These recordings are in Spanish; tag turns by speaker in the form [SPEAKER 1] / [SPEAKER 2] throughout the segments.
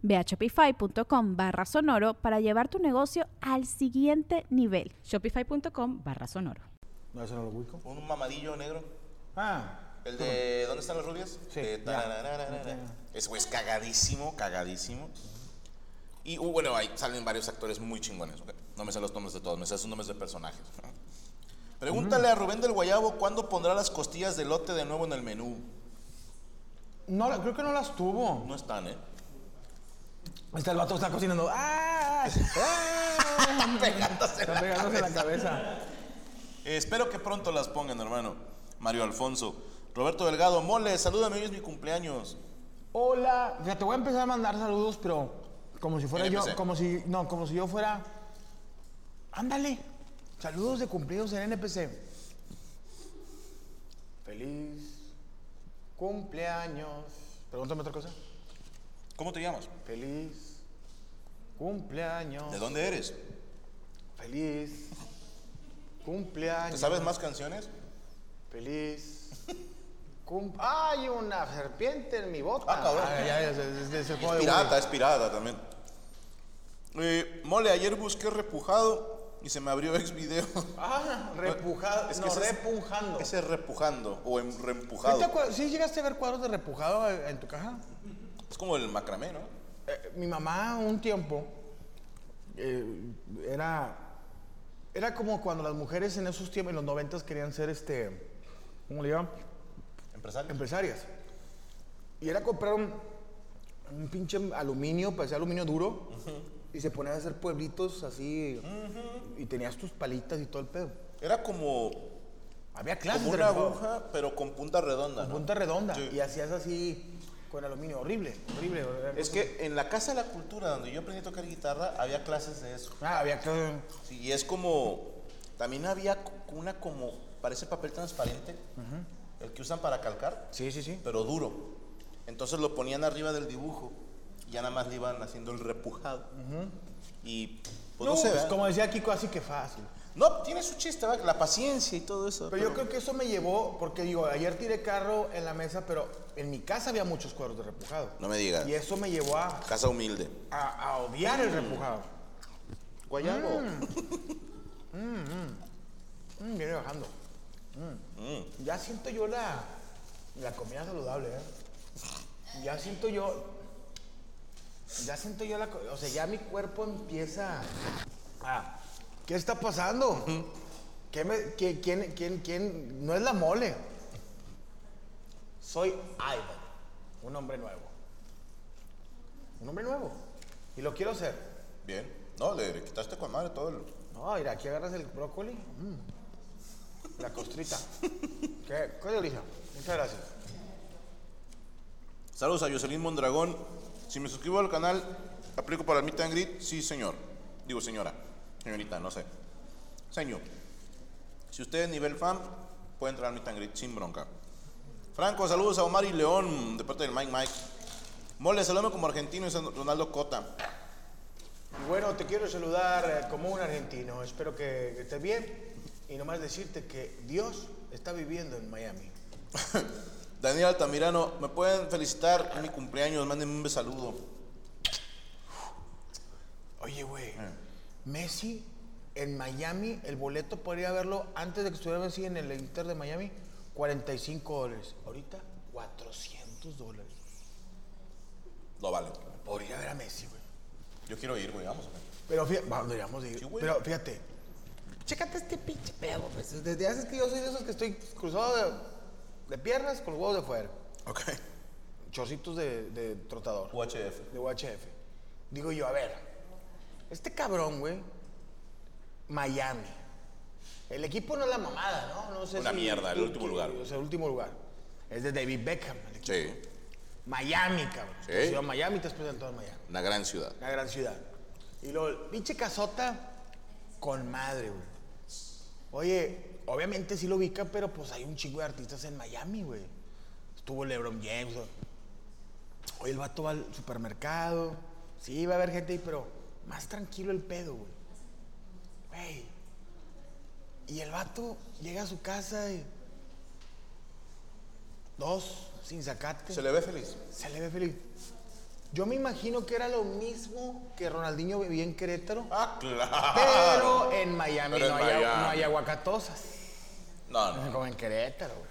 [SPEAKER 1] Ve a shopify.com barra sonoro para llevar tu negocio al siguiente nivel.
[SPEAKER 2] Shopify.com barra sonoro.
[SPEAKER 3] No, eso no lo ubico.
[SPEAKER 4] Un mamadillo negro.
[SPEAKER 3] Ah,
[SPEAKER 4] El de ¿Dónde están los rubios?
[SPEAKER 3] Sí,
[SPEAKER 4] De
[SPEAKER 3] ya.
[SPEAKER 4] tararararara. Ese güey es cagadísimo, cagadísimo. Y uh, bueno, ahí salen varios actores muy chingones. ok. No me sé los nombres de todos, me sé sus nombres de personajes. Pregúntale a Rubén del Guayabo cuándo pondrá las costillas de lote de nuevo en el menú.
[SPEAKER 3] no, la- creo que no las tuvo.
[SPEAKER 4] No están, ¿eh?
[SPEAKER 3] Está el vato está cocinando. ¡Ah! ¡Ah!
[SPEAKER 4] Están pegándose
[SPEAKER 3] Está
[SPEAKER 4] la
[SPEAKER 3] pegándose la cabeza.
[SPEAKER 4] Eh, espero que pronto las pongan, hermano. Mario Alfonso. Roberto Delgado, mole, salúdame, hoy es mi cumpleaños.
[SPEAKER 3] Hola. Ya te voy a empezar a mandar saludos, pero como si fuera yo,
[SPEAKER 4] NPC.
[SPEAKER 3] como si no, como si yo fuera. Ándale. Saludos de cumplidos en NPC. Feliz cumpleaños. Pregúntame otra cosa.
[SPEAKER 4] ¿Cómo te llamas?
[SPEAKER 3] Feliz cumpleaños.
[SPEAKER 4] ¿De dónde eres?
[SPEAKER 3] Feliz
[SPEAKER 4] ¿Te
[SPEAKER 3] cumpleaños.
[SPEAKER 4] sabes más canciones?
[SPEAKER 3] Feliz. Cum ¡Hay una serpiente en mi bota!
[SPEAKER 4] Ah, cabrón.
[SPEAKER 3] ya, ya, es, es- es el juego de
[SPEAKER 4] Pirata,
[SPEAKER 3] Woody.
[SPEAKER 4] es pirata también. Eh, mole, ayer busqué repujado y se me abrió ex video.
[SPEAKER 3] Ah, repujado. no,
[SPEAKER 4] ese
[SPEAKER 3] repujando.
[SPEAKER 4] Ese es repujando o en,
[SPEAKER 3] ¿Sí, te
[SPEAKER 4] reempujado.
[SPEAKER 3] acuer- sí llegaste a ver cuadros de repujado en en tu caja?
[SPEAKER 4] Es como el macramé, ¿no?
[SPEAKER 3] Eh, mi mamá un tiempo eh, era era como cuando las mujeres en esos tiempos en los noventas querían ser este cómo le llaman
[SPEAKER 4] Empresario.
[SPEAKER 3] empresarias y era comprar un, un pinche aluminio parecía aluminio duro y se ponían a hacer pueblitos así y tenías tus palitas y todo el pedo
[SPEAKER 4] Era como,
[SPEAKER 3] había clases
[SPEAKER 4] como
[SPEAKER 3] de
[SPEAKER 4] una
[SPEAKER 3] repujado.
[SPEAKER 4] aguja, pero con punta redonda. ¿no?
[SPEAKER 3] punta redonda
[SPEAKER 4] Sí.
[SPEAKER 3] y hacías así con aluminio horrible horrible, horrible.
[SPEAKER 4] Es que en la Casa de la Cultura, donde yo aprendí a tocar guitarra, había clases de eso.
[SPEAKER 3] Ah, había clases
[SPEAKER 4] Sí, y es como. También había co- una como. Parece papel transparente, el que usan para calcar,
[SPEAKER 3] sí sí sí
[SPEAKER 4] pero duro. Entonces lo ponían arriba del dibujo y ya nada más le iban haciendo el repujado. Y. Pues no,
[SPEAKER 3] no,
[SPEAKER 4] sé,
[SPEAKER 3] pues,
[SPEAKER 4] ¿verdad?
[SPEAKER 3] como decía Kiko, así que fácil.
[SPEAKER 4] No, tiene su chiste, ¿verdad? la paciencia y todo eso.
[SPEAKER 3] Pero yo creo que eso me llevó, porque digo, ayer tiré carro en la mesa, pero en mi casa había muchos cuadros de repujado.
[SPEAKER 4] No me digas.
[SPEAKER 3] Y eso me llevó a,
[SPEAKER 4] Casa humilde.
[SPEAKER 3] a- a odiar el repujado.
[SPEAKER 4] Guayabo.
[SPEAKER 3] Mm, viene bajando. Mm. Ya siento yo la, la comida saludable, ¿eh? Ya siento yo. Ya siento yo la. co- O sea, ya mi cuerpo empieza. a- ¿Qué está pasando? ¿Qué me- qué- quién, quién, quién? No es la mole. Soy Ivan, un hombre nuevo. Un hombre nuevo. Y lo quiero ser.
[SPEAKER 4] Bien. No, le, le quitaste con madre todo el.
[SPEAKER 3] No, mira, aquí agarras el brócoli. mm, La costrita. ¿Qué? ¿Qué delicia? Muchas gracias.
[SPEAKER 4] Saludos a Jocelyn Mondragón. Si me suscribo al canal, ¿aplico para el Meet and Greet? Sí, señor. Digo, señora. Señorita, no sé. Señor. Si usted es nivel fan, puede entrar al Meet and Greet sin bronca. Franco, saludos a Omar y León, de parte del Mike Mike. Mole, saludame como argentino y San- Ronaldo Cota.
[SPEAKER 3] Y Bueno, te quiero saludar eh, como un argentino. Espero que que estés bien. Y nomás decirte que Dios está viviendo en Miami.
[SPEAKER 4] Daniel Altamirano, me pueden felicitar en mi cumpleaños, mándenme un saludo.
[SPEAKER 3] Oye, güey. Messi en Miami, el boleto podría verlo antes de que estuviera Messi en el Inter de Miami, 45 dólares. Ahorita, 400 dólares.
[SPEAKER 4] Lo vale.
[SPEAKER 3] Podría ver a Messi, güey.
[SPEAKER 4] Yo quiero ir, güey, vamos.
[SPEAKER 3] Pero fíjate, vamos, deberíamos de ir.
[SPEAKER 4] Sí, güey.
[SPEAKER 3] Pero fíjate, Chécate este pinche pedo, pues. Desde hace que yo soy de esos que estoy cruzado de, de piernas con los huevos de fuera.
[SPEAKER 4] Ok.
[SPEAKER 3] Chorcitos de, de trotador.
[SPEAKER 4] UHF.
[SPEAKER 3] de UHF. Digo yo, a ver, este cabrón, güey, Miami. El equipo no es la mamada, ¿no? No sé
[SPEAKER 4] Una mierda, el
[SPEAKER 3] que-
[SPEAKER 4] último
[SPEAKER 3] que-
[SPEAKER 4] lugar.
[SPEAKER 3] O sea, el último lugar. Es de David Beckham. el equipo.
[SPEAKER 4] Sí.
[SPEAKER 3] Miami, cabrón.
[SPEAKER 4] Sí.
[SPEAKER 3] Te has ido a Miami, te has presentado en Miami.
[SPEAKER 4] Una gran ciudad.
[SPEAKER 3] La gran ciudad. Y luego, pinche casota con madre, güey. Oye, obviamente sí lo ubica, pero pues hay un chingo de artistas en Miami, güey. Estuvo LeBron James. o- Oye, el vato va al supermercado. Sí, va a haber gente ahí, pero más tranquilo el pedo, güey. Güey. Y el vato llega a su casa y... Dos, sin sacate.
[SPEAKER 4] Se le ve feliz.
[SPEAKER 3] Se le ve feliz. Yo me imagino que era lo mismo que Ronaldinho vivía en Querétaro,
[SPEAKER 4] Ah, claro.
[SPEAKER 3] pero en Miami,
[SPEAKER 4] Pero en
[SPEAKER 3] no, hay, agua-
[SPEAKER 4] Miami. Ah.
[SPEAKER 3] no hay aguacatosas,
[SPEAKER 4] No, no.
[SPEAKER 3] como en Querétaro. güey.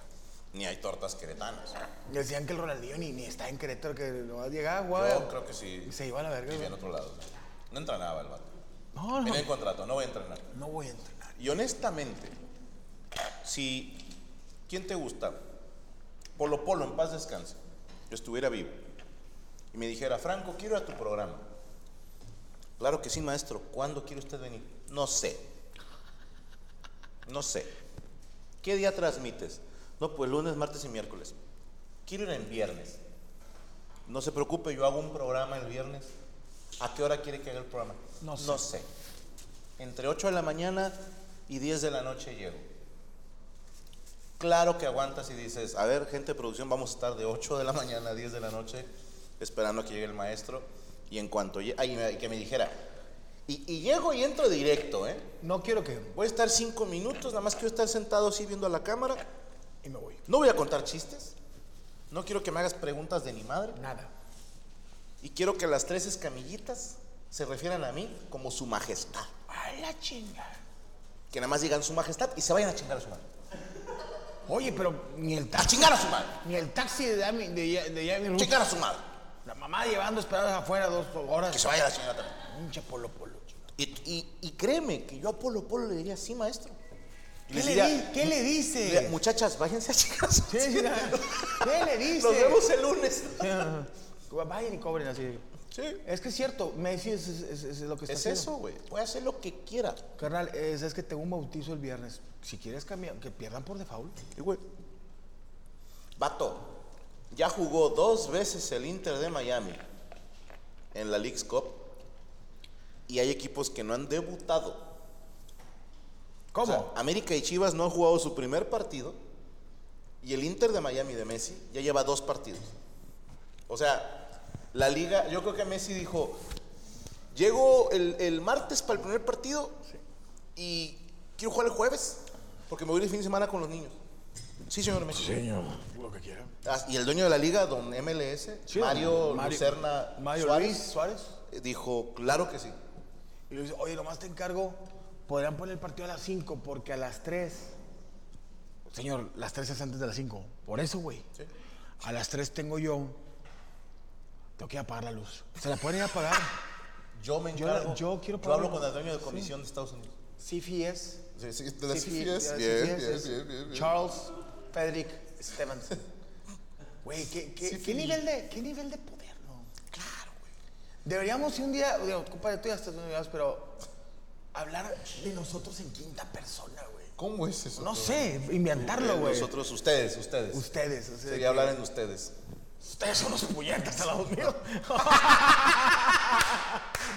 [SPEAKER 4] Ni hay tortas queretanas.
[SPEAKER 3] Decían que el Ronaldinho ni, ni está en Querétaro, que no va a llegar, güey.
[SPEAKER 4] Yo creo que sí.
[SPEAKER 3] Se iba a la verga, güey.
[SPEAKER 4] Vivía en otro lado. No entrenaba el vato.
[SPEAKER 3] No, no,
[SPEAKER 4] Tenía el contrato, no voy a entrenar.
[SPEAKER 3] no voy a entrenar.
[SPEAKER 4] Y honestamente, si ¿quién te gusta? Polo Polo, en paz descanse, estuviera vivo y me dijera, Franco, quiero ir a tu programa. Claro que sí, maestro. ¿Cuándo quiere usted venir? No sé. No sé. ¿Qué día transmites? No, pues lunes, martes y miércoles. Quiero ir en viernes. No se preocupe, yo hago un programa el viernes. ¿A qué hora quiere que haga el programa?
[SPEAKER 3] No sé.
[SPEAKER 4] No sé. Entre 8 de la mañana y 10 de la noche llego. Claro que aguantas y dices, a ver, gente de producción, vamos a estar de 8 de la mañana a 10 de la noche esperando a que llegue el maestro. Y en cuanto llegue, ay, me- que me dijera, y, y llego y entro directo, ¿eh?
[SPEAKER 3] No quiero que...
[SPEAKER 4] Voy a estar cinco minutos, nada más quiero estar sentado así viendo a la cámara.
[SPEAKER 3] Y me voy.
[SPEAKER 4] No voy a contar chistes. No quiero que me hagas preguntas de ni madre.
[SPEAKER 3] Nada.
[SPEAKER 4] Y quiero que las tres escamillitas se refieran a mí como su majestad.
[SPEAKER 3] A la chinga.
[SPEAKER 4] Que nada más digan su majestad y se vayan a chingar a su madre.
[SPEAKER 3] Oye, pero ni el
[SPEAKER 4] A
[SPEAKER 3] taxi,
[SPEAKER 4] chingar a su madre.
[SPEAKER 3] ni el taxi de Yami, de, de Yami Ruiz.
[SPEAKER 4] Chingar a su madre.
[SPEAKER 3] La mamá llevando esperadas afuera dos horas.
[SPEAKER 4] Que se vaya a la chingada también.
[SPEAKER 3] Pinche polo polo, chinga.
[SPEAKER 4] Y, y- y créeme que yo a Polo Polo le diría, sí, maestro. Y
[SPEAKER 3] ¿Qué
[SPEAKER 4] les
[SPEAKER 3] le,
[SPEAKER 4] diría,
[SPEAKER 3] di- ¿Qué le dice?
[SPEAKER 4] le diría, muchachas, váyanse a chingar a su
[SPEAKER 3] Sí, sí,
[SPEAKER 4] madre.
[SPEAKER 3] ¿Qué le dice?
[SPEAKER 4] Nos vemos el lunes.
[SPEAKER 3] Vayan y cobren así.
[SPEAKER 4] Sí.
[SPEAKER 3] Es que es cierto, Messi es, es- es- es lo que está
[SPEAKER 4] Es
[SPEAKER 3] haciendo.
[SPEAKER 4] eso, güey. Puede hacer lo que quiera.
[SPEAKER 3] Carnal, es, es que tengo un bautizo el viernes. Si quieres cambiar, que pierdan por default.
[SPEAKER 4] Y, güey. Vato, ya jugó dos veces el Inter de Miami en la League's Cup. Y hay equipos que no han debutado. O
[SPEAKER 3] ¿Cómo?
[SPEAKER 4] sea, América y Chivas no han jugado su primer partido. Y el Inter de Miami de Messi ya lleva dos partidos. O sea, la liga, yo creo que Messi dijo, llego el, el martes para el primer partido y quiero jugar el jueves porque me voy el fin de semana con los niños. Sí, señor Messi.
[SPEAKER 3] señor. Lo que quieran.
[SPEAKER 4] Ah, Y el dueño de la liga, don MLS,
[SPEAKER 3] Sí,
[SPEAKER 4] Mario,
[SPEAKER 3] don Mario-
[SPEAKER 4] Lucerna
[SPEAKER 3] Mario
[SPEAKER 4] Suárez,
[SPEAKER 3] Luis Suárez.
[SPEAKER 4] dijo, claro que sí.
[SPEAKER 3] Y le dice, oye, nomás te encargo, podrían poner el partido a las 5 porque a las 3. Señor, las 3 es antes de las 5. Por eso, güey.
[SPEAKER 4] Sí.
[SPEAKER 3] A las 3 tengo yo. Tengo que ir a apagar la luz. Se la pueden ir a apagar.
[SPEAKER 4] Yo me
[SPEAKER 3] Yo-
[SPEAKER 4] encargo,
[SPEAKER 3] yo quiero
[SPEAKER 4] yo hablo
[SPEAKER 3] pagar-
[SPEAKER 4] con el dueño de comisión de Estados Unidos.
[SPEAKER 3] CFIES.
[SPEAKER 4] Sí, sí, de la
[SPEAKER 3] CFIES,
[SPEAKER 4] CFIES,
[SPEAKER 3] ya,
[SPEAKER 4] bien,
[SPEAKER 3] CFIES,
[SPEAKER 4] bien,
[SPEAKER 3] es
[SPEAKER 4] bien, bien, bien.
[SPEAKER 3] Charles Frederick Stevenson. Güey, ¿qué, qué,
[SPEAKER 4] CFIES.
[SPEAKER 3] qué nivel de, ¿qué nivel de poder, no? Claro, güey. Deberíamos ir un día, digo, compadre, tú ya estás muy grande, pero hablar de nosotros en quinta persona, güey.
[SPEAKER 4] ¿Cómo es eso? Pues, eh,
[SPEAKER 3] No sé, inventarlo, güey.
[SPEAKER 4] Nosotros, ustedes, ustedes.
[SPEAKER 3] Ustedes, o sea,
[SPEAKER 4] Sería hablar en ustedes.
[SPEAKER 3] ustedes son los puñetas a la míos.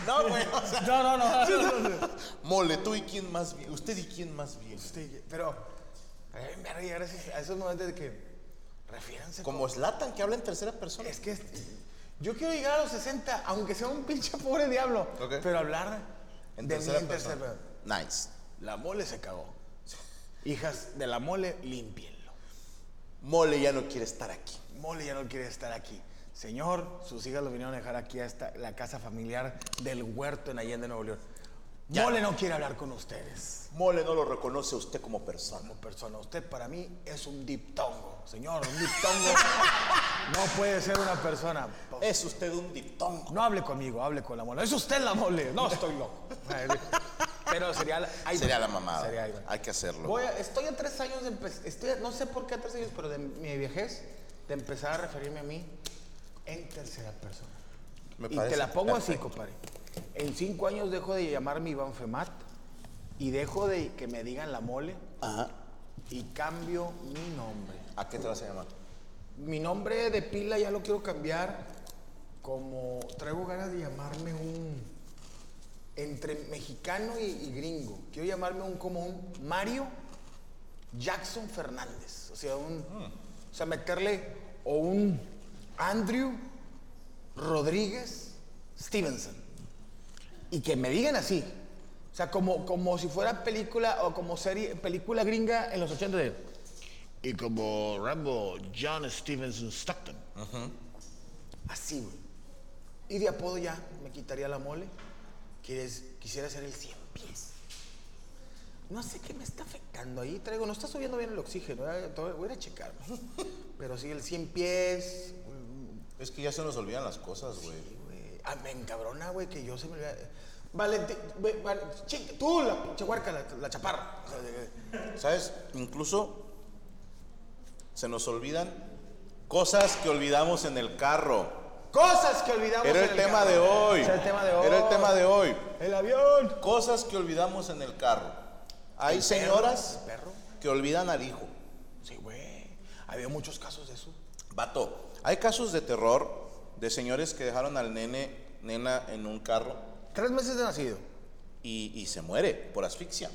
[SPEAKER 4] No, güey. o sea,
[SPEAKER 3] No, no, no. no, no, no.
[SPEAKER 4] Mole, tú y quién más bien. Usted y quién más bien.
[SPEAKER 3] Sí, Este, pero a mí me hará llegar a esos, a esos momentos de que refiéranse
[SPEAKER 4] Como Slatan que habla en tercera persona.
[SPEAKER 3] Es que es- yo quiero llegar a los 60, aunque sea un pinche pobre diablo.
[SPEAKER 4] Ok.
[SPEAKER 3] Pero hablar
[SPEAKER 4] En
[SPEAKER 3] de
[SPEAKER 4] tercera
[SPEAKER 3] mí en
[SPEAKER 4] persona.
[SPEAKER 3] tercera persona.
[SPEAKER 4] Nice.
[SPEAKER 3] La mole se cagó. Hijas de la mole, límpienlo.
[SPEAKER 4] Mole ya no quiere estar aquí.
[SPEAKER 3] Mole ya no quiere estar aquí. Señor, sus hijas lo vinieron a dejar aquí a esta, la casa familiar del huerto en Allende, Nuevo León.
[SPEAKER 4] Ya.
[SPEAKER 3] Mole no quiere hablar con ustedes.
[SPEAKER 4] Mole no lo reconoce a usted como persona.
[SPEAKER 3] Como persona, usted para mí es un diptongo. Señor, un diptongo no puede ser una persona.
[SPEAKER 4] Es usted un diptongo.
[SPEAKER 3] No hable conmigo, hable con la mole. Es usted la mole. No estoy loco. Pero sería la, ay,
[SPEAKER 4] Sería la mamada.
[SPEAKER 3] Sería ahí, güey.
[SPEAKER 4] Hay que hacerlo.
[SPEAKER 3] Voy a- estoy a tres años de empezar. Estoy a- no sé por qué a tres años, pero de mi vejez, de empezar a referirme a mí en tercera persona.
[SPEAKER 4] Me
[SPEAKER 3] y te
[SPEAKER 4] parece
[SPEAKER 3] la pongo así,
[SPEAKER 4] perfecto.
[SPEAKER 3] compadre. En cinco años dejo de llamarme Iván Femat y dejo de que me digan la mole
[SPEAKER 4] Ajá.
[SPEAKER 3] y cambio mi nombre.
[SPEAKER 4] ¿A qué te vas a llamar?
[SPEAKER 3] Mi nombre de pila ya lo quiero cambiar como traigo ganas de llamarme un entre mexicano y, y gringo. Quiero llamarme un como un Mario Jackson Fernández, o sea, un o sea, meterle o un Andrew Rodríguez Stevenson. Y que me digan así. O sea, como, como si fuera película o como serie película gringa en los 80 de y como Rambo, John Stevenson Stockton. Así, güey. Y de apodo ya me quitaría la mole. Quieres, quisiera ser el 100 pies. No sé qué me está afectando ahí. Traigo, no está subiendo bien el oxígeno. eh, te Voy a ir a checar. Pero sí, el 100 pies. mm,
[SPEAKER 4] Es que ya se nos olvidan las cosas, güey.
[SPEAKER 3] güey. Ah, me encabrona, güey, que yo se me olvida. Valentín, ve- Val- chinga, tú, la pinche huerca, la, la chaparra. O sea, de-
[SPEAKER 4] ¿Sabes? Incluso se nos olvidan cosas que olvidamos en el carro.
[SPEAKER 3] cosas que olvidamos.
[SPEAKER 4] Era
[SPEAKER 3] en
[SPEAKER 4] el, tema
[SPEAKER 3] carro.
[SPEAKER 4] de hoy.
[SPEAKER 3] Era el tema de hoy.
[SPEAKER 4] Era el tema de hoy.
[SPEAKER 3] El avión.
[SPEAKER 4] Cosas que olvidamos en el carro. Hay señoras
[SPEAKER 3] perro?
[SPEAKER 4] que olvidan al hijo.
[SPEAKER 3] Sí, güey. Había muchos casos de eso.
[SPEAKER 4] Vato, hay casos de terror de señores que dejaron al nene, nena en un carro
[SPEAKER 3] Tres meses de nacido.
[SPEAKER 4] y, y se muere por asfixia.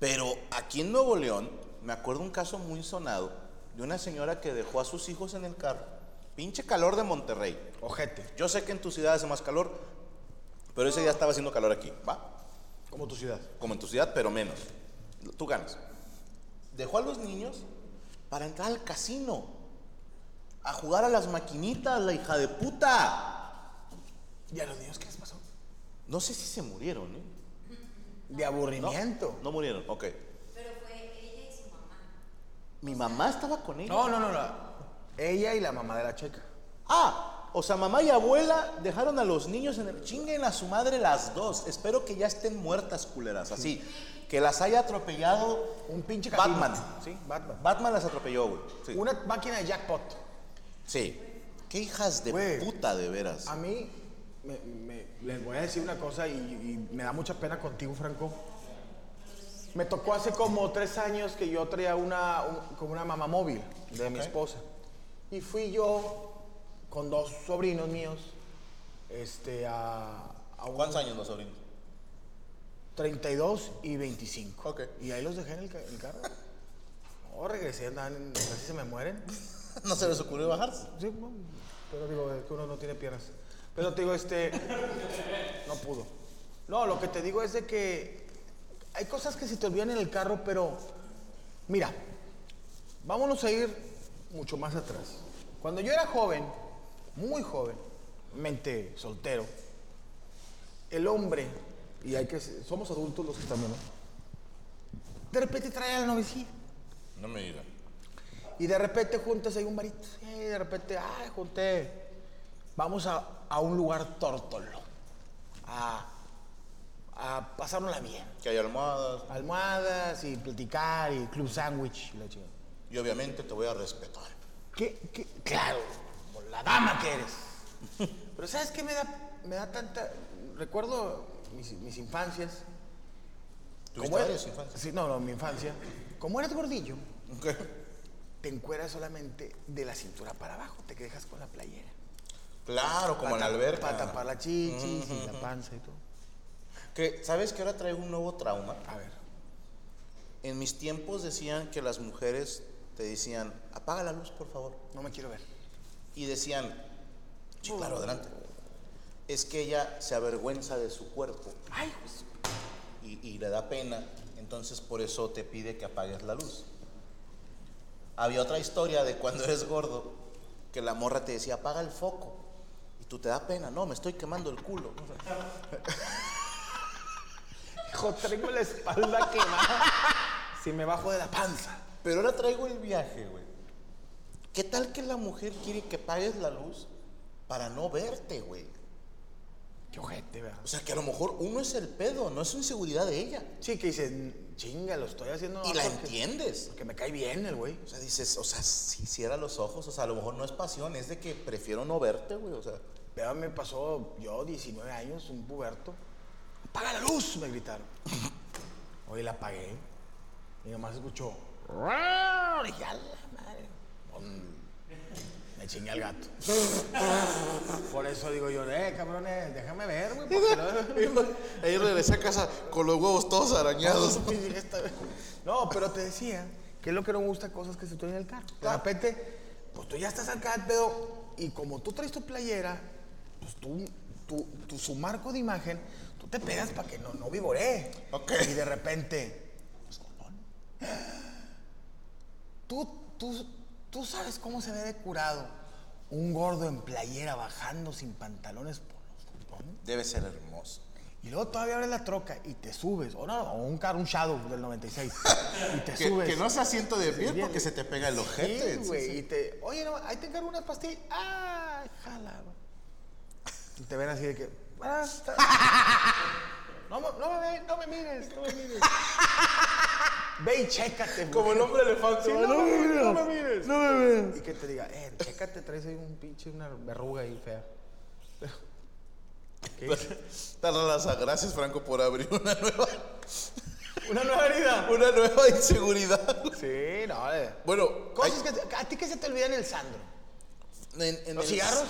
[SPEAKER 4] Pero aquí en Nuevo León, me acuerdo un caso muy sonado de una señora que dejó a sus hijos en el carro. Pinche calor de Monterrey.
[SPEAKER 3] Ojete.
[SPEAKER 4] Yo sé que en tu ciudad hace más calor, pero ese día estaba haciendo calor aquí, ¿va?
[SPEAKER 3] Como tu ciudad.
[SPEAKER 4] Como en tu ciudad, pero menos. Tú ganas. Dejó a los niños para entrar al casino, a jugar a las maquinitas, la hija de puta.
[SPEAKER 3] ¿Y a los niños qué les pasó?
[SPEAKER 4] No sé si se murieron, ¿eh?
[SPEAKER 3] De
[SPEAKER 4] No,
[SPEAKER 3] aburrimiento.
[SPEAKER 4] no murieron, ok. Pero fue ella y su mamá. Mi mamá estaba con ella.
[SPEAKER 3] No, no, no, no. Ella y la mamá de la checa.
[SPEAKER 4] Ah, o sea, mamá y abuela dejaron a los niños en el... Chinguen a su madre las dos. Espero que ya estén muertas, culeras. Así, que las haya atropellado
[SPEAKER 3] Un pinche casino.
[SPEAKER 4] Batman.
[SPEAKER 3] Sí, Batman.
[SPEAKER 4] Batman las atropelló, güey. Sí.
[SPEAKER 3] Una máquina de jackpot.
[SPEAKER 4] Sí. Qué hijas de
[SPEAKER 3] Güey.
[SPEAKER 4] puta, de veras.
[SPEAKER 3] A mí, me- me- les voy a decir una cosa y, y me da mucha pena contigo, Franco. Me tocó hace como tres años que yo traía una, un- como una mamá móvil de mi
[SPEAKER 4] Ok.
[SPEAKER 3] esposa. Y fui yo con dos sobrinos míos este, a, a un
[SPEAKER 4] ¿Cuántos años los sobrinos?
[SPEAKER 3] 32 y 25.
[SPEAKER 4] Ok.
[SPEAKER 3] Y ahí los dejé en el, ca- en el carro. Oh, regresé, andaban, en- casi se me mueren.
[SPEAKER 4] no se les ocurrió bajarse.
[SPEAKER 3] Sí, no, pero digo, es que uno no tiene piernas. Pero te digo, este, no pudo. No, lo que te digo es de que hay cosas que se te olvidan en el carro, pero mira, vámonos a ir mucho más atrás. Cuando yo era joven, muy joven, mente soltero, el hombre, y hay que, somos adultos los que estamos, ¿no? De repente trae a la novicía.
[SPEAKER 4] No me digan.
[SPEAKER 3] Y de repente juntas ahí un barito. Y de repente, ay, junté. Vamos a, a un lugar tórtolo. A, a pasárnosla bien.
[SPEAKER 4] Que hay almohadas.
[SPEAKER 3] Almohadas y platicar y club sándwich y la chingada.
[SPEAKER 4] Y obviamente te voy a respetar.
[SPEAKER 3] ¿Qué, qué? Claro, por la dama que eres. Pero ¿sabes qué me da, me da tanta... Recuerdo mis, mis infancias.
[SPEAKER 4] ¿Tuviste
[SPEAKER 3] Como era-
[SPEAKER 4] varias infancias?
[SPEAKER 3] Sí, no, no, mi infancia. Como eras gordillo,
[SPEAKER 4] Ok.
[SPEAKER 3] te encueras solamente de la cintura para abajo. Te dejas con la playera.
[SPEAKER 4] Claro, como en la
[SPEAKER 3] Para-
[SPEAKER 4] alberca.
[SPEAKER 3] Para tapar la chichis y la panza y todo.
[SPEAKER 4] Que, ¿Sabes que ahora traigo un nuevo trauma?
[SPEAKER 3] A ver.
[SPEAKER 4] En mis tiempos decían que las mujeres te decían, apaga la luz, por favor.
[SPEAKER 3] No me quiero ver.
[SPEAKER 4] Y decían, sí, claro, adelante. Es que ella se avergüenza de su cuerpo
[SPEAKER 3] Ay, pues,
[SPEAKER 4] y, y le da pena, entonces por eso te pide que apagues la luz. Había otra historia de cuando eres gordo, que la morra te decía, apaga el foco. Y tú te da pena, no, me estoy quemando el culo.
[SPEAKER 3] hijo, tengo la espalda quemada. si me bajo de la panza.
[SPEAKER 4] Pero ahora traigo el viaje, güey. ¿Qué tal que la mujer quiere que pagues la luz para no verte, güey?
[SPEAKER 3] Qué ojete, ¿verdad?
[SPEAKER 4] O sea, que a lo mejor uno es el pedo, no es su inseguridad de ella.
[SPEAKER 3] Sí, que dices, chinga, lo estoy haciendo.
[SPEAKER 4] Y la
[SPEAKER 3] porque-
[SPEAKER 4] entiendes.
[SPEAKER 3] Porque me cae bien el güey.
[SPEAKER 4] O sea, dices, o sea, si cierra los ojos, o sea, a lo mejor no es pasión, es de que prefiero no verte, güey, o sea.
[SPEAKER 3] Vea, me pasó yo, 19 años, un puberto. ¡Apaga la luz! Me gritaron. Oye, la apagué. Y nomás escuchó. "Ruah". Dije, "A la madre. Pon- Me chingué al gato. Por eso digo yo, eh, cabrones, déjame ver, güey. porque luego-
[SPEAKER 4] Ahí regresé a casa con los huevos todos arañados.
[SPEAKER 3] No, pero te decía que es lo que no me gusta cosas que se traen en el carro. De repente, pues tú ya estás acá, pedo, y como tú traes tu playera, pues tú, tú, tú- su marco de imagen, tú te pegas para que no, no vigoree.
[SPEAKER 4] Ok.
[SPEAKER 3] Y de repente, pues compadre, tú, tú, tú sabes cómo se ve de curado un gordo en playera bajando sin pantalones por los pompones.
[SPEAKER 4] Debe ser hermoso.
[SPEAKER 3] Y luego todavía abres la troca y te subes. O no, o un carro, un Shadow del 96. Y te
[SPEAKER 4] Que,
[SPEAKER 3] subes.
[SPEAKER 4] que no sea asiento de piel
[SPEAKER 3] Sí,
[SPEAKER 4] porque se te pega el ojete.
[SPEAKER 3] Sí, güey. Y te, oye, no, ahí te encargo unas pastillas. ¡Ah! Jala, güey. Y te ven así de que. "Ah, está- No, me- no me ve- no me mires, no me mires. Ve y chécate, güey.
[SPEAKER 4] Como el hombre elefante.
[SPEAKER 3] Sí,
[SPEAKER 4] güey,
[SPEAKER 3] no, me mires, no me
[SPEAKER 4] mires.
[SPEAKER 3] mires. No me mires. Y que te diga, eh, chécate, traes ahí un pinche, una verruga ahí fea. ¿Qué hice?
[SPEAKER 4] Tarralaza, gracias Franco por abrir una nueva,
[SPEAKER 3] Una nueva herida.
[SPEAKER 4] una nueva inseguridad.
[SPEAKER 3] Sí, no, eh.
[SPEAKER 4] Bueno,
[SPEAKER 3] Cosas que te- a ti que se te olvidan el Sandro.
[SPEAKER 4] hay- en- en
[SPEAKER 3] ¿Los
[SPEAKER 4] el-
[SPEAKER 3] cigarros?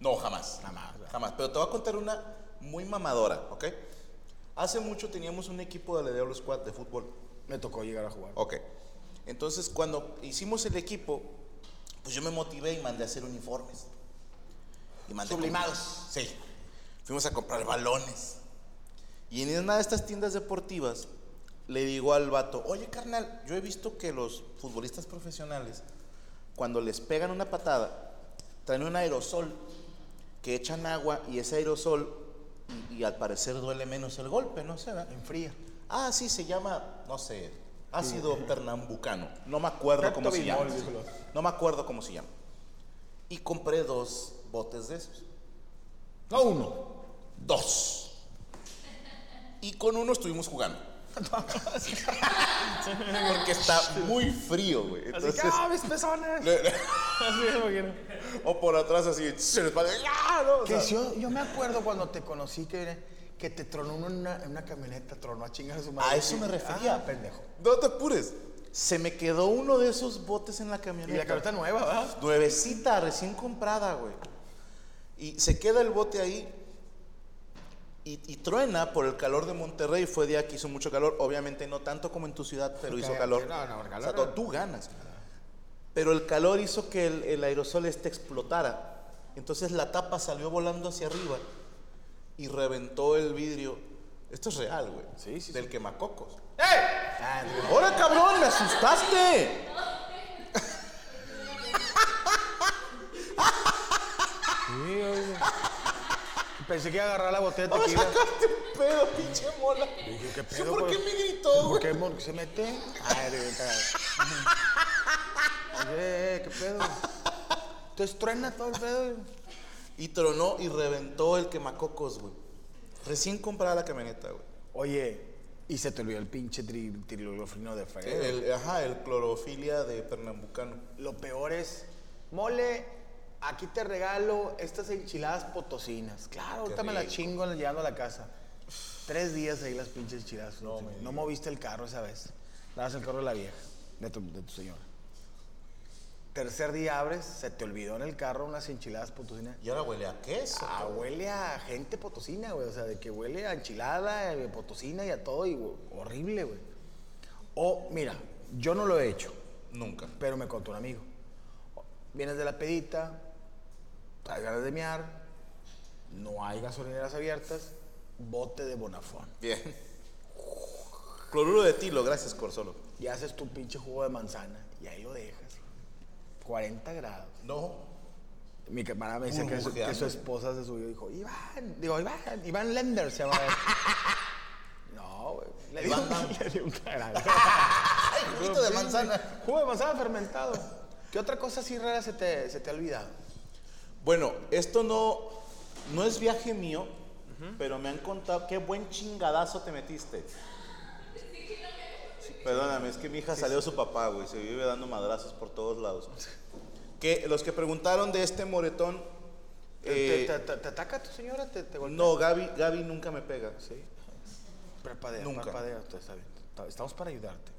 [SPEAKER 4] No, jamás. Jamás. Jamás. Pero te voy a contar una muy mamadora, ¿ok? Hace mucho teníamos un equipo de la Diablo Squad de fútbol.
[SPEAKER 3] Me tocó llegar a jugar.
[SPEAKER 4] Ok. Entonces, cuando hicimos el equipo, pues yo me motivé y mandé a hacer uniformes. Y mandé
[SPEAKER 3] Sublimados.
[SPEAKER 4] comprar- Sí. Fuimos a comprar balones. Y en una de estas tiendas deportivas le digo al vato, oye carnal, yo he visto que los futbolistas profesionales, cuando les pegan una patada, traen un aerosol que echan agua y ese aerosol, y, y al parecer duele menos el golpe, no sé, ¿verdad?
[SPEAKER 3] Enfría.
[SPEAKER 4] Ah, sí, se llama, no sé, ácido pernambucano. No me acuerdo cómo se llama.
[SPEAKER 3] Pepto-Bismol, díselo.
[SPEAKER 4] No me acuerdo cómo se llama. Y compré dos botes de esos.
[SPEAKER 3] No uno.
[SPEAKER 4] Dos. Y con uno estuvimos jugando. Porque está muy frío, güey. Entonces,
[SPEAKER 3] "Ah, mis pezones!
[SPEAKER 4] le- le-
[SPEAKER 3] Así me imagino.
[SPEAKER 4] o por atrás así, se les va de- ¡Ah! no, o
[SPEAKER 3] Que
[SPEAKER 4] sea,
[SPEAKER 3] yo, yo me acuerdo cuando te conocí que, que te tronó uno en una, en una camioneta, tronó a chingar a su madre.
[SPEAKER 4] A eso me refería,
[SPEAKER 3] Ah, pendejo.
[SPEAKER 4] No te apures. Se me quedó uno de esos botes en la
[SPEAKER 3] Y
[SPEAKER 4] camioneta.
[SPEAKER 3] la camioneta nueva, ¿verdad?
[SPEAKER 4] Nuevecita, recién comprada, güey. Y se queda el bote ahí. Y, y truena por el calor de Monterrey. Fue día que hizo mucho calor. Obviamente no tanto como en tu ciudad, pero hizo
[SPEAKER 3] Cállate,
[SPEAKER 4] calor.
[SPEAKER 3] no, no, el
[SPEAKER 4] O
[SPEAKER 3] calor
[SPEAKER 4] sea,
[SPEAKER 3] no.
[SPEAKER 4] tú- tú ganas. Pero el calor hizo que el, el aerosol este explotara. Entonces la tapa salió volando hacia arriba y reventó el vidrio. Esto es real, güey.
[SPEAKER 3] Sí, sí,
[SPEAKER 4] Del quemacocos.
[SPEAKER 3] Ah, no.
[SPEAKER 4] ¡Ahora, cabrón! ¡Me asustaste!
[SPEAKER 3] Pensé que iba a agarrar la botella de
[SPEAKER 4] ¡Ahora
[SPEAKER 3] tequila.
[SPEAKER 4] sacaste un pedo, pinche mola!
[SPEAKER 3] Dije, ¿qué
[SPEAKER 4] ¿Yo
[SPEAKER 3] pedo,
[SPEAKER 4] ¿Por
[SPEAKER 3] güey?
[SPEAKER 4] qué me gritó,
[SPEAKER 3] ¿Por
[SPEAKER 4] güey?
[SPEAKER 3] qué mon- se mete? Ay, de bien cagado. Oye, ¿qué pedo? Entonces truena todo el pedo. güey.
[SPEAKER 4] Y tronó y reventó el quemacocos, güey. Recién comprada la camioneta, güey.
[SPEAKER 3] Oye, y se te olvidó el pinche tri trilofrino de Fredo.
[SPEAKER 4] El, ajá, el clorofilia de Pernambucano.
[SPEAKER 3] Lo peor es, mole, aquí te regalo estas enchiladas potosinas. Claro, ahorita me las
[SPEAKER 4] rico.
[SPEAKER 3] chingo llegando a la casa. Tres días ahí las pinches enchiladas. No, no moviste el carro esa vez. Dabas el carro de la vieja, de tu, de tu señora. Tercer día abres, se te olvidó en el carro unas enchiladas potosinas.
[SPEAKER 4] Y ahora huele a queso.
[SPEAKER 3] Ah, huele a gente potosina, güey. O sea, de que huele a enchilada, eh, potosina y a todo. Y, güey, horrible, güey. O, mira, yo no lo he hecho,
[SPEAKER 4] Nunca.
[SPEAKER 3] pero me contó un amigo. Vienes de la pedita, traes ganas de mear, no hay gasolineras abiertas, bote de bonafón.
[SPEAKER 4] Bien. Cloruro de tilo, gracias, Corsolo.
[SPEAKER 3] Y haces tu pinche jugo de manzana y ahí lo dejas. 40 grados.
[SPEAKER 4] No.
[SPEAKER 3] Mi camarada me dice que su,
[SPEAKER 4] Burbujeando.
[SPEAKER 3] que su esposa se subió y dijo, Iván, digo, Iván, Iván Lender se llama. él". no, güey. Le di
[SPEAKER 4] Iván
[SPEAKER 3] un- le di un carajo.
[SPEAKER 4] ¡Ay, juguito de manzana!
[SPEAKER 3] Jugo de manzana fermentado. ¿Qué otra cosa así rara se te, se te ha olvidado?
[SPEAKER 4] Bueno, esto no, no es viaje mío, Pero me han contado qué buen chingadazo te metiste. Sí, Perdóname, es que mi hija salió su papá, güey. Se vive dando madrazos por todos lados. Que los que preguntaron de este moretón.
[SPEAKER 3] ¿Te,
[SPEAKER 4] eh,
[SPEAKER 3] te- te- te ataca tu señora? ¿Te, te golpea?
[SPEAKER 4] no, Gaby, Gaby nunca me pega.
[SPEAKER 3] Sí. Parpadea,
[SPEAKER 4] Nunca.
[SPEAKER 3] parpadea. está- está bien. Está- Estamos para ayudarte.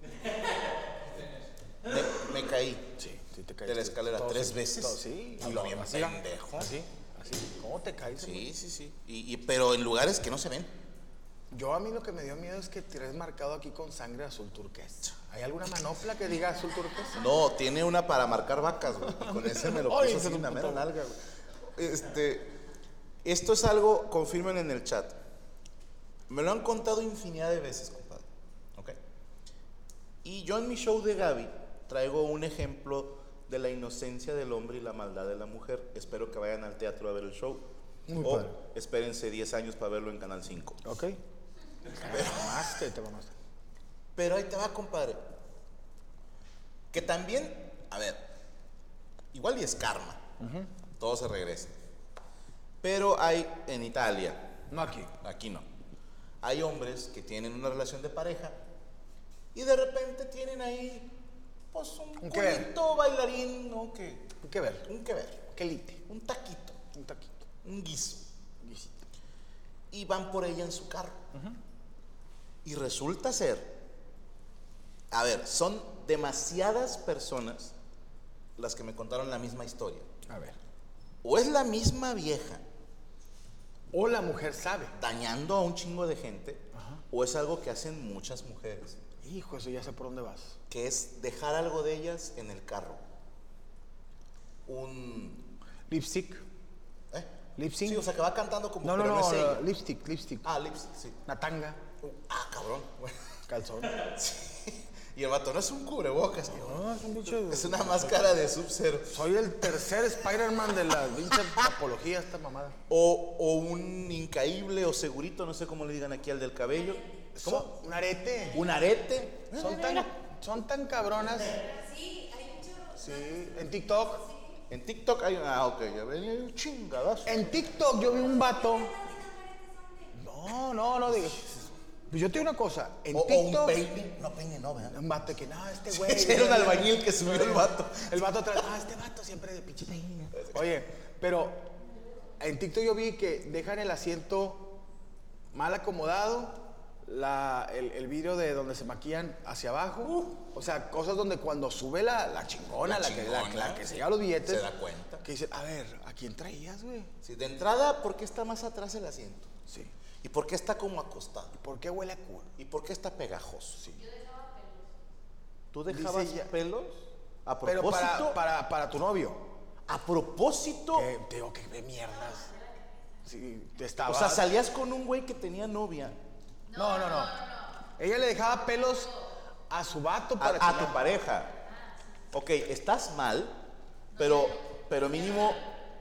[SPEAKER 4] Me, me caí.
[SPEAKER 3] Sí, sí te caíste.
[SPEAKER 4] De la escalera
[SPEAKER 3] Todo
[SPEAKER 4] tres
[SPEAKER 3] sí,
[SPEAKER 4] veces.
[SPEAKER 3] todo sí.
[SPEAKER 4] Y lo bien
[SPEAKER 3] Mira,
[SPEAKER 4] pendejo.
[SPEAKER 3] Así, así. ¿Cómo te caíste?
[SPEAKER 4] Sí, sí, sí. Y, y- pero en lugares que no se ven.
[SPEAKER 3] Yo a mí lo que me dio miedo es que te has marcado aquí con sangre azul turquesa. ¿Hay alguna manopla que diga azul turquesa?
[SPEAKER 4] No, tiene una para marcar vacas, güey. Y Con ese me lo
[SPEAKER 3] Ay,
[SPEAKER 4] puso así
[SPEAKER 3] hijo de
[SPEAKER 4] en la mera
[SPEAKER 3] puta.
[SPEAKER 4] nalga, güey. Este, esto es algo, confirmen en el chat. Me lo han contado infinidad de veces, compadre. ¿Ok? Y yo en mi show de Gaby traigo un ejemplo de la inocencia del hombre y la maldad de la mujer. Espero que vayan al teatro a ver el show.
[SPEAKER 3] Muy
[SPEAKER 4] o
[SPEAKER 3] padre.
[SPEAKER 4] espérense 10 años para verlo en Canal 5.
[SPEAKER 3] Ok. Te mamaste, te mamaste.
[SPEAKER 4] Pero ahí te va, compadre. Que también, a ver, igual y es karma. Todo se regresa. Pero hay en Italia,
[SPEAKER 3] No aquí.
[SPEAKER 4] aquí no. Hay hombres que tienen una relación de pareja y de repente tienen ahí, pues, un
[SPEAKER 3] Un que ver.
[SPEAKER 4] culito bailarín, ¿no? Que,
[SPEAKER 3] ¿Qué ver?
[SPEAKER 4] un que ver,
[SPEAKER 3] ¿Qué lite?
[SPEAKER 4] un taquito,
[SPEAKER 3] Un taquito.
[SPEAKER 4] un guiso.
[SPEAKER 3] un guisito.
[SPEAKER 4] y van por ella en su carro. Y resulta ser, a ver, son demasiadas personas las que me contaron la misma historia.
[SPEAKER 3] A ver.
[SPEAKER 4] O es la misma vieja
[SPEAKER 3] O la mujer sabe.
[SPEAKER 4] dañando a un chingo de gente, o es algo que hacen muchas mujeres,
[SPEAKER 3] Hijo, eso ya sé por dónde vas.
[SPEAKER 4] que es dejar algo de ellas en el carro. Un...
[SPEAKER 3] Lipstick.
[SPEAKER 4] ¿eh?
[SPEAKER 3] Lip-sync.
[SPEAKER 4] Sí, o sea, que va cantando como...
[SPEAKER 3] No, no,
[SPEAKER 4] pero
[SPEAKER 3] no.
[SPEAKER 4] es ella.
[SPEAKER 3] no, lipstick, lipstick.
[SPEAKER 4] Ah, lipstick, sí.
[SPEAKER 3] Una tanga,
[SPEAKER 4] Ah, cabrón. Bueno,
[SPEAKER 3] calzón.
[SPEAKER 4] y el vato no es un cubrebocas, tío.
[SPEAKER 3] No, es un bicho.
[SPEAKER 4] Es una máscara de Sub-Zero.
[SPEAKER 3] Soy el tercer Spider-Man de la pinche apología esta mamada.
[SPEAKER 4] O, o un incaíble o segurito, no sé cómo le digan aquí al del cabello. ¿Cómo?
[SPEAKER 3] Son- Un arete.
[SPEAKER 4] Un arete.
[SPEAKER 3] Son tan, son tan cabronas. Sí, hay muchos. Sí, en TikTok.
[SPEAKER 4] En TikTok hay una. Ah, ok, ya venía un chingadazo.
[SPEAKER 3] En TikTok yo vi un vato. No, no, no digo. Pues yo te digo una cosa. En
[SPEAKER 4] O, o
[SPEAKER 3] TikTok.
[SPEAKER 4] un peine. No, peine no, ¿verdad?
[SPEAKER 3] Un vato que, no, este güey.
[SPEAKER 4] Era un albañil que subió el vato.
[SPEAKER 3] El vato atrás, ah, este vato siempre de pinche peine. Oye, pero en TikTok yo vi que dejan el asiento mal acomodado, la- el, el vidrio de donde se maquillan hacia abajo. o sea, cosas donde cuando sube la, la chingona, la,
[SPEAKER 4] Uh. La
[SPEAKER 3] que, la-
[SPEAKER 4] chingona,
[SPEAKER 3] la que se lleva los billetes.
[SPEAKER 4] se da cuenta.
[SPEAKER 3] Que dice, a ver, ¿a quién traías, güey?
[SPEAKER 4] Sí, de entrada, ¿por qué está más atrás el asiento?
[SPEAKER 3] Sí.
[SPEAKER 4] ¿Y por qué está como acostado?
[SPEAKER 3] ¿Por qué huele a culo?
[SPEAKER 4] ¿Y por qué está pegajoso? Sí. ¿Tú
[SPEAKER 3] Dice
[SPEAKER 4] dejabas
[SPEAKER 3] ella-
[SPEAKER 4] pelos? A
[SPEAKER 3] Pero
[SPEAKER 4] propósito.
[SPEAKER 3] para, para, para tu novio.
[SPEAKER 4] A propósito.
[SPEAKER 3] Que, te digo que ve mierdas. Sí, te estaba.
[SPEAKER 4] O sea, salías con un güey que tenía novia.
[SPEAKER 3] No, no, no. Ella le dejaba pelos a su vato para
[SPEAKER 4] a, a
[SPEAKER 3] chingar.
[SPEAKER 4] tu pareja. Ok, estás mal, pero, pero mínimo,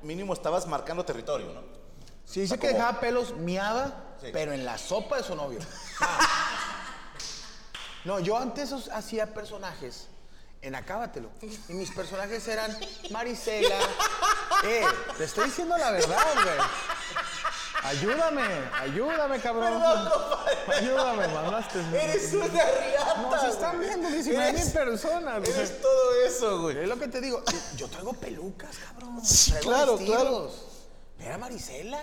[SPEAKER 4] mínimo estabas marcando territorio, ¿no?
[SPEAKER 3] Sí, dice
[SPEAKER 4] O sea,
[SPEAKER 3] que
[SPEAKER 4] como-
[SPEAKER 3] dejaba pelos miada,
[SPEAKER 4] Sí.
[SPEAKER 3] pero en la sopa de su novio. Ah. No, yo antes os- hacía personajes en Acábatelo. Y mis personajes eran Marisela. Eh, te estoy diciendo la verdad, güey. Ayúdame, ayúdame, cabrón. ayúdame, mandaste.
[SPEAKER 4] Eres una riata.
[SPEAKER 3] Nos están
[SPEAKER 4] güey.
[SPEAKER 3] viendo 19 mil
[SPEAKER 4] Eres-
[SPEAKER 3] personas, güey.
[SPEAKER 4] Eres todo eso, güey.
[SPEAKER 3] Es lo que te digo. Yo traigo pelucas, cabrón.
[SPEAKER 4] Sí,
[SPEAKER 3] Traigo
[SPEAKER 4] claro,
[SPEAKER 3] vestidos.
[SPEAKER 4] claro.
[SPEAKER 3] Mira, Marisela.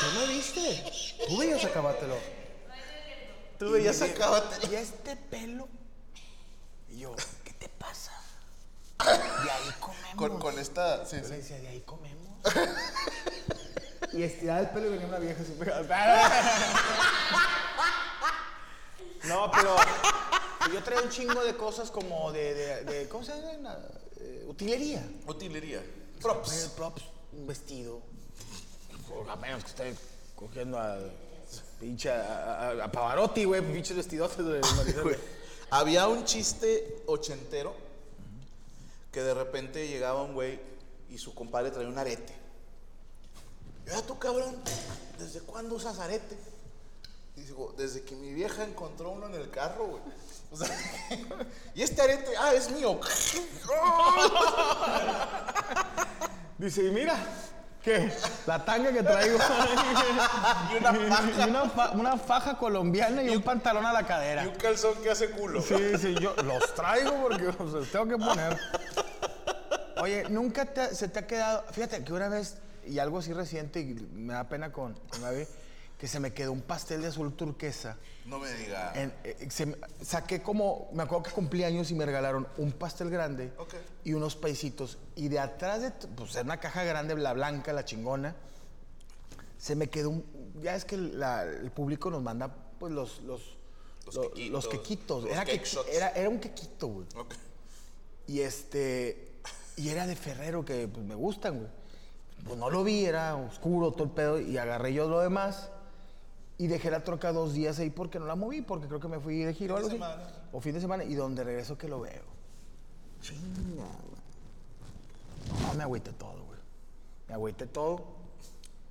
[SPEAKER 3] ¿Tú me viste? Tú veías acabátelo.
[SPEAKER 4] Tú veías
[SPEAKER 3] Y me-
[SPEAKER 4] acábate.
[SPEAKER 3] ¿Y este pelo? Y yo, ¿qué te pasa? De ahí comemos.
[SPEAKER 4] Con, con esta. Sí,
[SPEAKER 3] Yo le
[SPEAKER 4] sí.
[SPEAKER 3] decía, de ahí comemos. y estiraba el pelo y venía una vieja así pegada. no, pero yo traía un chingo de cosas como de, de, de- ¿cómo se llama? Eh, utilería.
[SPEAKER 4] Utilería.
[SPEAKER 3] Props. Props, un vestido. Por lo menos que esté cogiendo a pinche a, a- a Pavarotti, güey, pinches vestidotes de Marisela.
[SPEAKER 4] Güey, Había un chiste ochentero que de repente llegaba un güey y su compadre traía un arete. Y ahora tú, cabrón, ¿desde cuándo usas arete? Y digo, desde que mi vieja encontró uno en el carro, güey. O sea, y este arete, ah, es mío.
[SPEAKER 3] Dice, y mira, ¿Qué? La tanga que traigo.
[SPEAKER 4] Y una paja.
[SPEAKER 3] Y una, fa- una faja colombiana y, un pantalón a la cadera.
[SPEAKER 4] Y un calzón que hace culo.
[SPEAKER 3] Sí, sí, yo los traigo porque o sea, los tengo que poner. Oye, nunca te ha- se te ha quedado. Fíjate que una vez, y algo así reciente, y me da pena con, con Gaby, que se me quedó un pastel de azul turquesa.
[SPEAKER 4] No me diga.
[SPEAKER 3] En- eh, se me- saqué como, me acuerdo que cumplí años y me regalaron un pastel grande
[SPEAKER 4] Ok.
[SPEAKER 3] y unos paisitos. Y de atrás de, t- pues era una caja grande, la blanca, la chingona, se me quedó un, ya es que la- el público nos manda pues los, los,
[SPEAKER 4] Los
[SPEAKER 3] lo-
[SPEAKER 4] quequitos,
[SPEAKER 3] los quequitos.
[SPEAKER 4] los
[SPEAKER 3] era,
[SPEAKER 4] cake
[SPEAKER 3] que-
[SPEAKER 4] shots.
[SPEAKER 3] era, era un quequito, güey.
[SPEAKER 4] Ok.
[SPEAKER 3] Y este. Y era de Ferrero, que pues, me gustan, güey. Pues no lo vi, era oscuro, todo el pedo, y agarré yo lo demás. Y dejé la troca dos días ahí porque no la moví, porque creo que me fui de giro o
[SPEAKER 4] Fin de
[SPEAKER 3] algo así.
[SPEAKER 4] semana.
[SPEAKER 3] O fin de semana, y donde regreso que lo veo. Chinga, güey. No, me agüité todo, güey. Me agüité todo.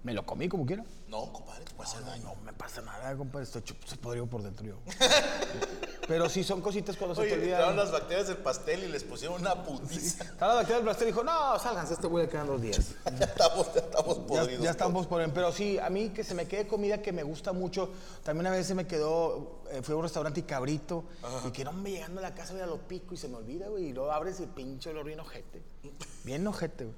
[SPEAKER 3] Me lo comí como quiera.
[SPEAKER 4] No, compadre, te puede hacer daño.
[SPEAKER 3] No me pasa nada, compadre. Estoy chup, se podrido por dentro yo. Pero sí son cositas cuando se
[SPEAKER 4] Oye,
[SPEAKER 3] te olvidan.
[SPEAKER 4] entraron las bacterias del pastel y les pusieron una putiza.
[SPEAKER 3] Estaba la bacteria del pastel y dijo, no, sálganse, este güey le quedan dos días.
[SPEAKER 4] ya estamos, ya estamos
[SPEAKER 3] Ya,
[SPEAKER 4] podridos.
[SPEAKER 3] ya estamos por... em-, Pero sí, a mí que se me quede comida que me gusta mucho. También una vez se me quedó, eh, fui a un restaurante y cabrito. Y que no me llegando a la casa, voy a lo pico y se me olvida, güey. Y luego abres y pinche olor bien ojete. Bien ojete, güey.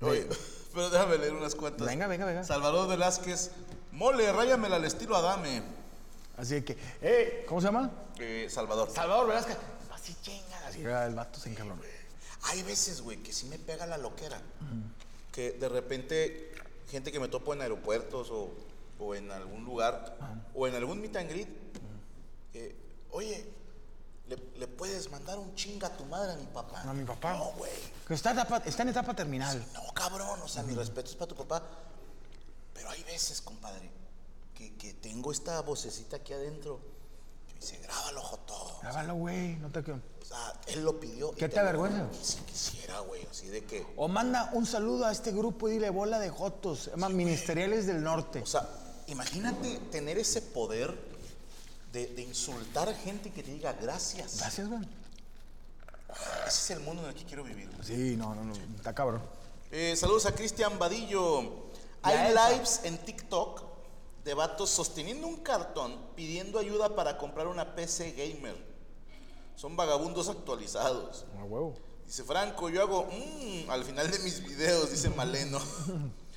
[SPEAKER 4] Oye, pero déjame leer unas cuantas.
[SPEAKER 3] Venga, venga, venga.
[SPEAKER 4] Salvador Velázquez. Mole, ráyamela al estilo Adame.
[SPEAKER 3] Así de que, eh, ¿cómo se llama?
[SPEAKER 4] Eh, Salvador.
[SPEAKER 3] Salvador Velázquez. Así chinga, así. Era el vato sin cabrón.
[SPEAKER 4] Hay veces, güey, que sí me pega la loquera. Que de repente, gente que me topo en aeropuertos o, o en algún lugar, o en algún meet and greet, eh, oye, ¿le, le puedes mandar un chinga a tu madre a mi papá?
[SPEAKER 3] A mi papá.
[SPEAKER 4] No, güey.
[SPEAKER 3] Que está, en etapa- está en etapa terminal.
[SPEAKER 4] No, cabrón. O sea, mi respeto es para tu papá. Pero hay veces, compadre, que, que tengo esta vocecita aquí adentro que me dice, grábalo, joto.
[SPEAKER 3] Grábalo, güey. No te quedo.
[SPEAKER 4] O sea, él lo pidió. y
[SPEAKER 3] ¿Qué te
[SPEAKER 4] lo-
[SPEAKER 3] avergüenza?
[SPEAKER 4] Si quisiera, güey, así de que...
[SPEAKER 3] O manda un saludo a este grupo y dile bola de jotos, más ministeriales del norte.
[SPEAKER 4] O sea, imagínate tener ese poder de, de insultar a gente que te diga gracias.
[SPEAKER 3] Gracias, güey.
[SPEAKER 4] Ese es el mundo en el que quiero vivir. güey.
[SPEAKER 3] Sí, no, no, no, está cabrón.
[SPEAKER 4] Eh, saludos a Cristian Vadillo.
[SPEAKER 3] Y a
[SPEAKER 4] Hay
[SPEAKER 3] Elsa.
[SPEAKER 4] lives en TikTok de vatos sosteniendo un cartón pidiendo ayuda para comprar una PC gamer. Son vagabundos actualizados.
[SPEAKER 3] A huevo.
[SPEAKER 4] Dice Franco, yo hago mmm al final de mis videos, dice Maleno.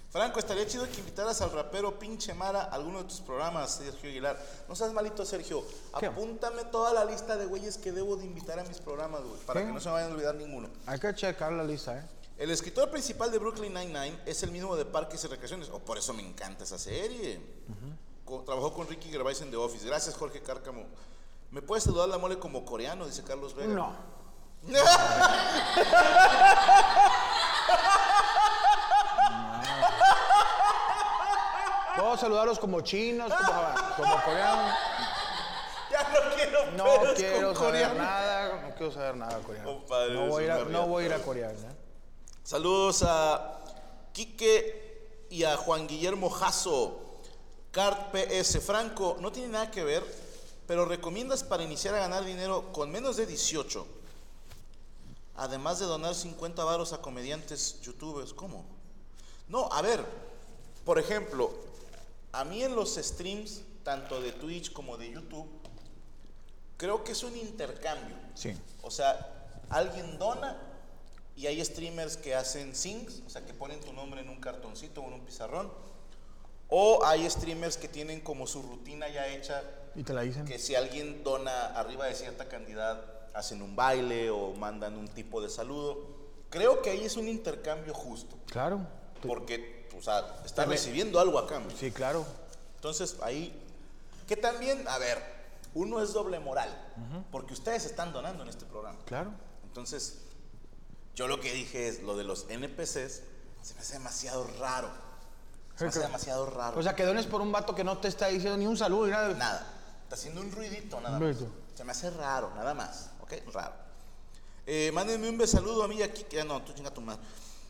[SPEAKER 4] Franco, estaría chido que invitaras al rapero Pinche Mara a alguno de tus programas, Sergio Aguilar. No seas malito, Sergio.
[SPEAKER 3] ¿Qué?
[SPEAKER 4] Apúntame toda la lista de güeyes que debo de invitar a mis programas, güey, para
[SPEAKER 3] ¿Qué?
[SPEAKER 4] que no se me vayan a olvidar ninguno.
[SPEAKER 3] Hay que checar la lista, ¿eh?
[SPEAKER 4] El escritor principal de Brooklyn Nine-Nine es el mismo de Parques y Recreaciones, o por eso me encanta esa serie. Co- trabajó con Ricky Gervais en The Office. Gracias, Jorge Cárcamo. ¿Me puedes saludar la mole como coreano? Dice Carlos Vega.
[SPEAKER 3] No. Puedo saludarlos como chinos, como, como coreanos.
[SPEAKER 4] Ya no quiero
[SPEAKER 3] No
[SPEAKER 4] pedos
[SPEAKER 3] quiero
[SPEAKER 4] con
[SPEAKER 3] saber
[SPEAKER 4] coreano.
[SPEAKER 3] nada, no quiero saber nada coreano.
[SPEAKER 4] Compadre,
[SPEAKER 3] no, voy a ir a,
[SPEAKER 4] Oh, eres un
[SPEAKER 3] no voy a ir a
[SPEAKER 4] garrido.
[SPEAKER 3] Corea, ¿eh?
[SPEAKER 4] Saludos a Quique y a Juan Guillermo Jasso. Cart PS Franco, no tiene nada que ver, pero recomiendas para iniciar a ganar dinero con menos de 18. Además de donar 50 varos a comediantes, youtubers, ¿cómo? No, a ver, por ejemplo, a mí en los streams, tanto de Twitch como de YouTube, creo que es un intercambio.
[SPEAKER 3] Sí.
[SPEAKER 4] O sea, alguien dona y hay streamers que hacen sings, o sea, que ponen tu nombre en un cartoncito o en un pizarrón. O hay streamers que tienen como su rutina ya hecha,
[SPEAKER 3] ¿Y te la dicen?
[SPEAKER 4] que si alguien dona arriba de cierta cantidad, hacen un baile o mandan un tipo de saludo. Creo que ahí es un intercambio justo,
[SPEAKER 3] Claro. Te-
[SPEAKER 4] porque, o sea, está recibiendo algo a cambio.
[SPEAKER 3] Sí, claro.
[SPEAKER 4] Entonces, ahí, que también, a ver, uno es doble moral, porque ustedes están donando en este programa.
[SPEAKER 3] Claro.
[SPEAKER 4] Entonces, yo lo que dije es lo de los NPCs, se me hace demasiado raro. Se me hace
[SPEAKER 3] Ok.
[SPEAKER 4] demasiado raro.
[SPEAKER 3] O sea, que dones por un vato que no te está diciendo ni un saludo ni nada.
[SPEAKER 4] nada. Está haciendo un ruidito nada
[SPEAKER 3] Un
[SPEAKER 4] más.
[SPEAKER 3] ruido.
[SPEAKER 4] Se me hace raro, nada más. ¿Ok? Raro. Eh, mándenme un besaludo a mí aquí. que- ah, no, tú chinga tu madre.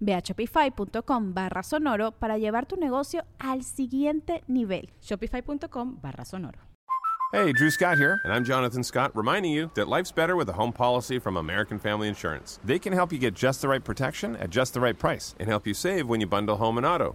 [SPEAKER 1] Ve a shopify.com barra sonoro para llevar tu negocio al siguiente nivel.
[SPEAKER 2] Shopify.com barra sonoro.
[SPEAKER 5] Hey, Drew Scott here, and I'm Jonathan Scott, reminding you that life's better with a home policy from American Family Insurance. They can help you get just the right protection at just the right price and help you save when you bundle home and auto.